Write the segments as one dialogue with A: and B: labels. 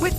A: With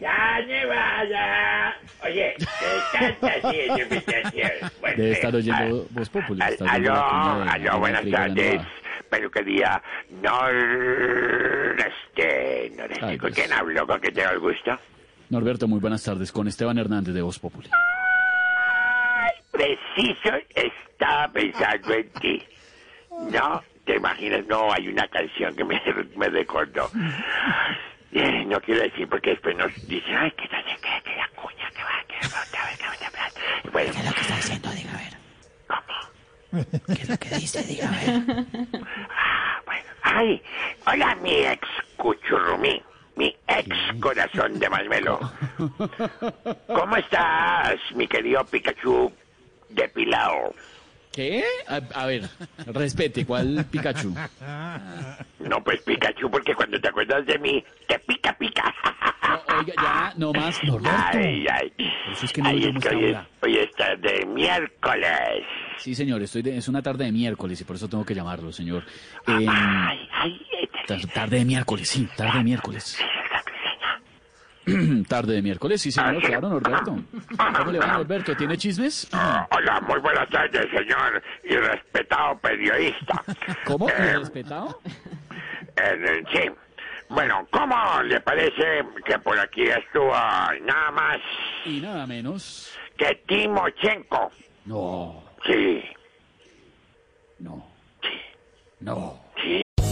B: Ya se vaya. Oye, ¿qué tantas invitaciones? Bueno,
C: Debe estar
B: eh,
C: oyendo Voz Populi.
B: Al-
C: está oyendo
B: Aló,
C: la cuña de- de
B: aló, buenas
C: Enrique
B: tardes.
C: Villanueva.
B: Peluquería Noreste,
C: Ay,
B: Noreste. ¿Con
C: pues.
B: quién hablo? ¿Con quién tengo el gusto?
C: Norberto, muy buenas tardes. Con Esteban Hernández de Voz Populi.
B: Preciso estaba pensando en ti. No, te imaginas, no, hay una canción que me, me recordó. Eh, No quiero decir porque después nos dicen, ay, que tal, que, que la cuña, que va, que va, otra vez, que va, otra vez". Bueno,
D: ¿Qué es lo que está diciendo? Diga a ver.
B: ¿cómo?
D: ¿Qué es lo que dice? Diga a ver.
B: Ah, bueno. Ay, hola mi ex cuchurrumí, mi ex corazón de Malmelo. ¿Cómo estás, mi querido Pikachu depilado?
C: ¿Qué? A, a ver, respete, ¿cuál Pikachu?
B: No, pues Pikachu, porque cuando te acuerdas de mí, te pica, pica.
C: No, oiga, ya, no más, Norberto.
B: Ay, ay.
C: eso es que no
B: Ay,
C: hablamos
B: hoy es,
C: ahora.
B: hoy es tarde de miércoles.
C: Sí, señor, estoy de- es una tarde de miércoles y por eso tengo que llamarlo, señor.
B: Ah,
C: Eh,
B: Ay, ay, este-
C: tar- tarde de miércoles, sí, tarde de miércoles. tarde de miércoles, sí, señor, claro, Norberto. ¿Cómo le va, Norberto? ¿Tiene chismes?
B: Ah, Hola, muy buenas tardes, señor y respetado periodista.
C: ¿Cómo?
B: Eh,
C: ¿Respetado?
B: En el Eh, sí. Bueno, ¿cómo le parece que por aquí estuvo nada más
C: Y nada menos.
B: que Timochenko?
C: No,
B: Sí,
C: no, no.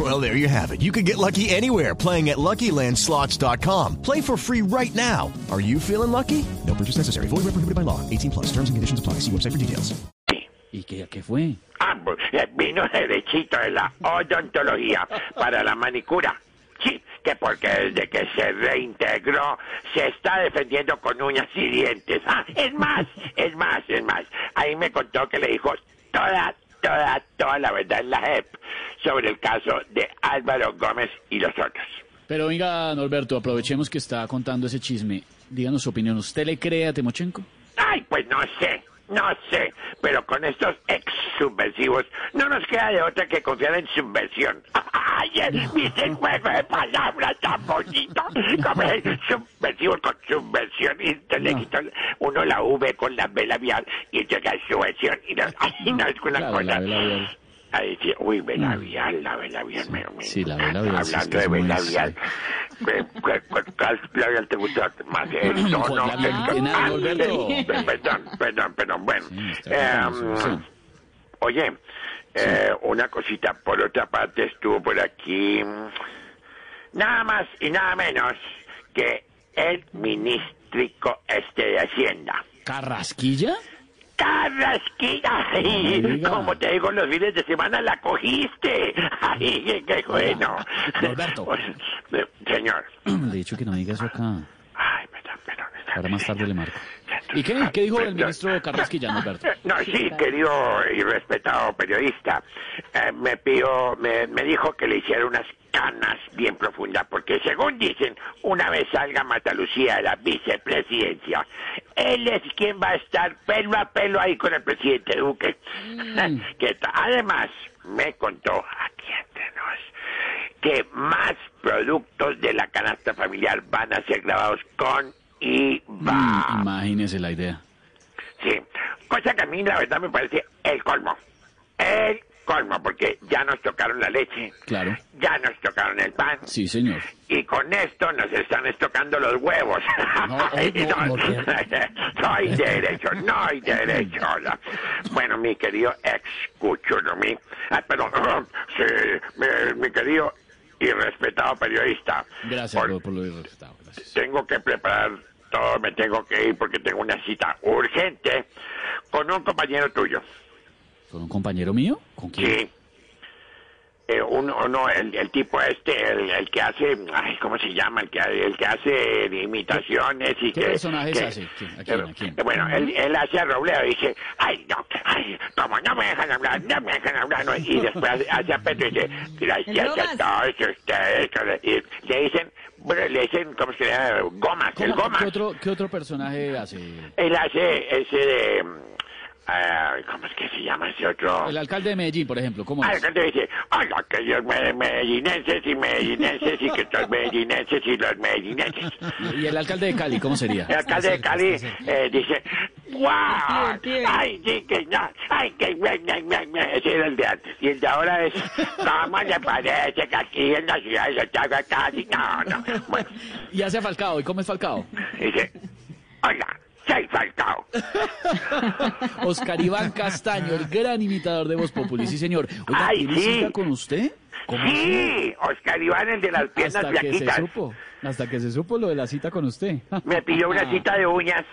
E: Well, there you have it. You can get lucky anywhere playing at LuckyLandSlots.com. Play for free right now. Are you feeling lucky? No purchase necessary. Void where prohibited by law. 18 plus. Terms and conditions apply. See website for details.
B: sí.
C: ¿Y qué, qué fue?
B: Ambos eh, vino derechito de la odontología para la manicura. Sí, que porque desde que se reintegró se está defendiendo con uñas y dientes. Ah, es más, es más, es más. Ahí me contó que le dijo toda, toda, toda la verdad en la JEP sobre el caso de Álvaro Gómez y los otros.
C: Pero venga, Norberto, aprovechemos que está contando ese chisme. Díganos su opinión. ¿Usted le cree a Timochenko?
B: Ay, pues no sé, no sé. Pero con estos ex subversivos no nos queda de otra que confiar en subversión. Ay, eh, viste el juego de palabras tan bonito. Como el subversivo con subversión. Y entonces le quitó uno la V con la B labial y llega subversión. Y no, ay, no es una
C: Claro,
B: cosa.
C: la B labial. Mm.
B: Ay, sí, uy, B labial, la B labial. me- me
C: sí, la B
B: encanta.
C: labial, sí, es
B: Hablando
C: que es
B: de B
C: muy
B: labial. ¿Cuál cuál labial te gusta más? eh? ¿El
C: ¿Cuál
B: tono?
C: labial?
B: ¿El-
C: Tiene algo,
B: Ah,
C: Alberto.
B: sí, Perdón, perdón, perdón. Bueno,
C: está
B: eh,
C: claro, sí.
B: oye, eh, una cosita. Por otra parte, estuvo por aquí mm, nada más y nada menos que el ministrico este de Hacienda.
C: ¿Carrasquilla?
B: Carrasquilla, ay,
C: Oiga.
B: como te digo, los fines de semana la cogiste. Ay, qué bueno.
C: Norberto.
B: Eh, Señor.
C: Le he dicho que no diga eso acá.
B: Ay, perdón, perdón.
C: Ahora más tarde le marco. ¿Y qué, qué dijo el ministro Carrasquilla, Norberto?
B: No, sí, querido y respetado periodista, eh, me pidió, me, me dijo que le hiciera unas canas bien profundas, porque según dicen, una vez salga Matalucía de la vicepresidencia, él es quien va a estar pelo a pelo ahí con el presidente Duque. que ta- además, me contó aquí entre nos que más productos de la canasta familiar van a ser grabados con IVA.
C: Mm, Imagínese la idea.
B: Sí, cosa que a mí la verdad me parece el colmo. El colmo, porque ya nos tocaron la leche,
C: Claro.
B: ya nos tocaron el pan,
C: Sí, señor.
B: y con esto nos están estocando los huevos.
C: No, oh, no, no,
B: no, hay derecho, no hay derecho. hola. Bueno, mi querido ex mi, ah, perdón, sí, mi, mi querido y respetado periodista.
C: Gracias
B: Por-
C: por, por lo irrespetado. Gracias.
B: tengo que preparar todo, me tengo que ir porque tengo una cita urgente con un compañero tuyo.
C: ¿Con un compañero mío? ¿Con quién?
B: Sí. Eh, uno, no, el, el tipo este, el, el que hace, ay, ¿cómo se llama? El que, el que hace imitaciones y
C: ¿Qué
B: que...
C: personajes
B: que-
C: hace? ¿Quién? ¿A quién? ¿A quién?
B: Eh, Bueno, él, él hace a Robledo y dice, ay, no, ay, como no me dejan hablar, no me dejan hablar, no, y después hace, hace a Petro y dice, gracias a
F: bromas.
B: todos ustedes, que le- y le dicen, bueno, le dicen, ¿cómo se llama? Gomas, el
C: ¿Cómo-
B: gomas.
C: ¿Qué, otro, ¿Qué otro personaje hace?
B: Él hace ese de, mm, ah, ¿cómo es que se llama ese otro?
C: El alcalde de Medellín, por ejemplo, ¿cómo
B: Ah,
C: es?
B: gente dice, hola, que los me- medellinenses y medellinenses y que los medellinenses y los medellinenses.
C: ¿Y el alcalde de Cali, cómo sería?
B: El alcalde de Cali eh, dice, ¡guau! ¡Ay, sí que no! ¡Ay, que me, me, me, me". Ese era el de antes. Y el de ahora es, ¿cómo le parece que aquí en la ciudad de Santiago de Cali? No, no. Bueno,
C: Y hace a Falcao, ¿y cómo es Falcao?
B: dice, hola, soy Falcao.
C: Oscar Iván Castaño, el gran imitador de Voz Populi, sí señor. Oiga,
B: Ay,
C: ¿tiene
B: sí.
C: cita con usted? ¿Cómo así?
B: Sí, Oscar Iván, el de las piernas
C: Hasta que se
B: flaquitas.
C: supo, hasta que se supo lo de la cita con usted.
B: Me pidió una cita de uñas.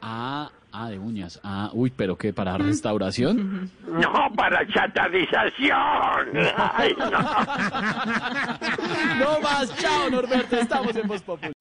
C: Ah, ah, de uñas. Ah, uy, pero qué, para restauración.
B: No, para chatarrización. Ay, no.
C: No más, chao Norberto, estamos en Voz Populi.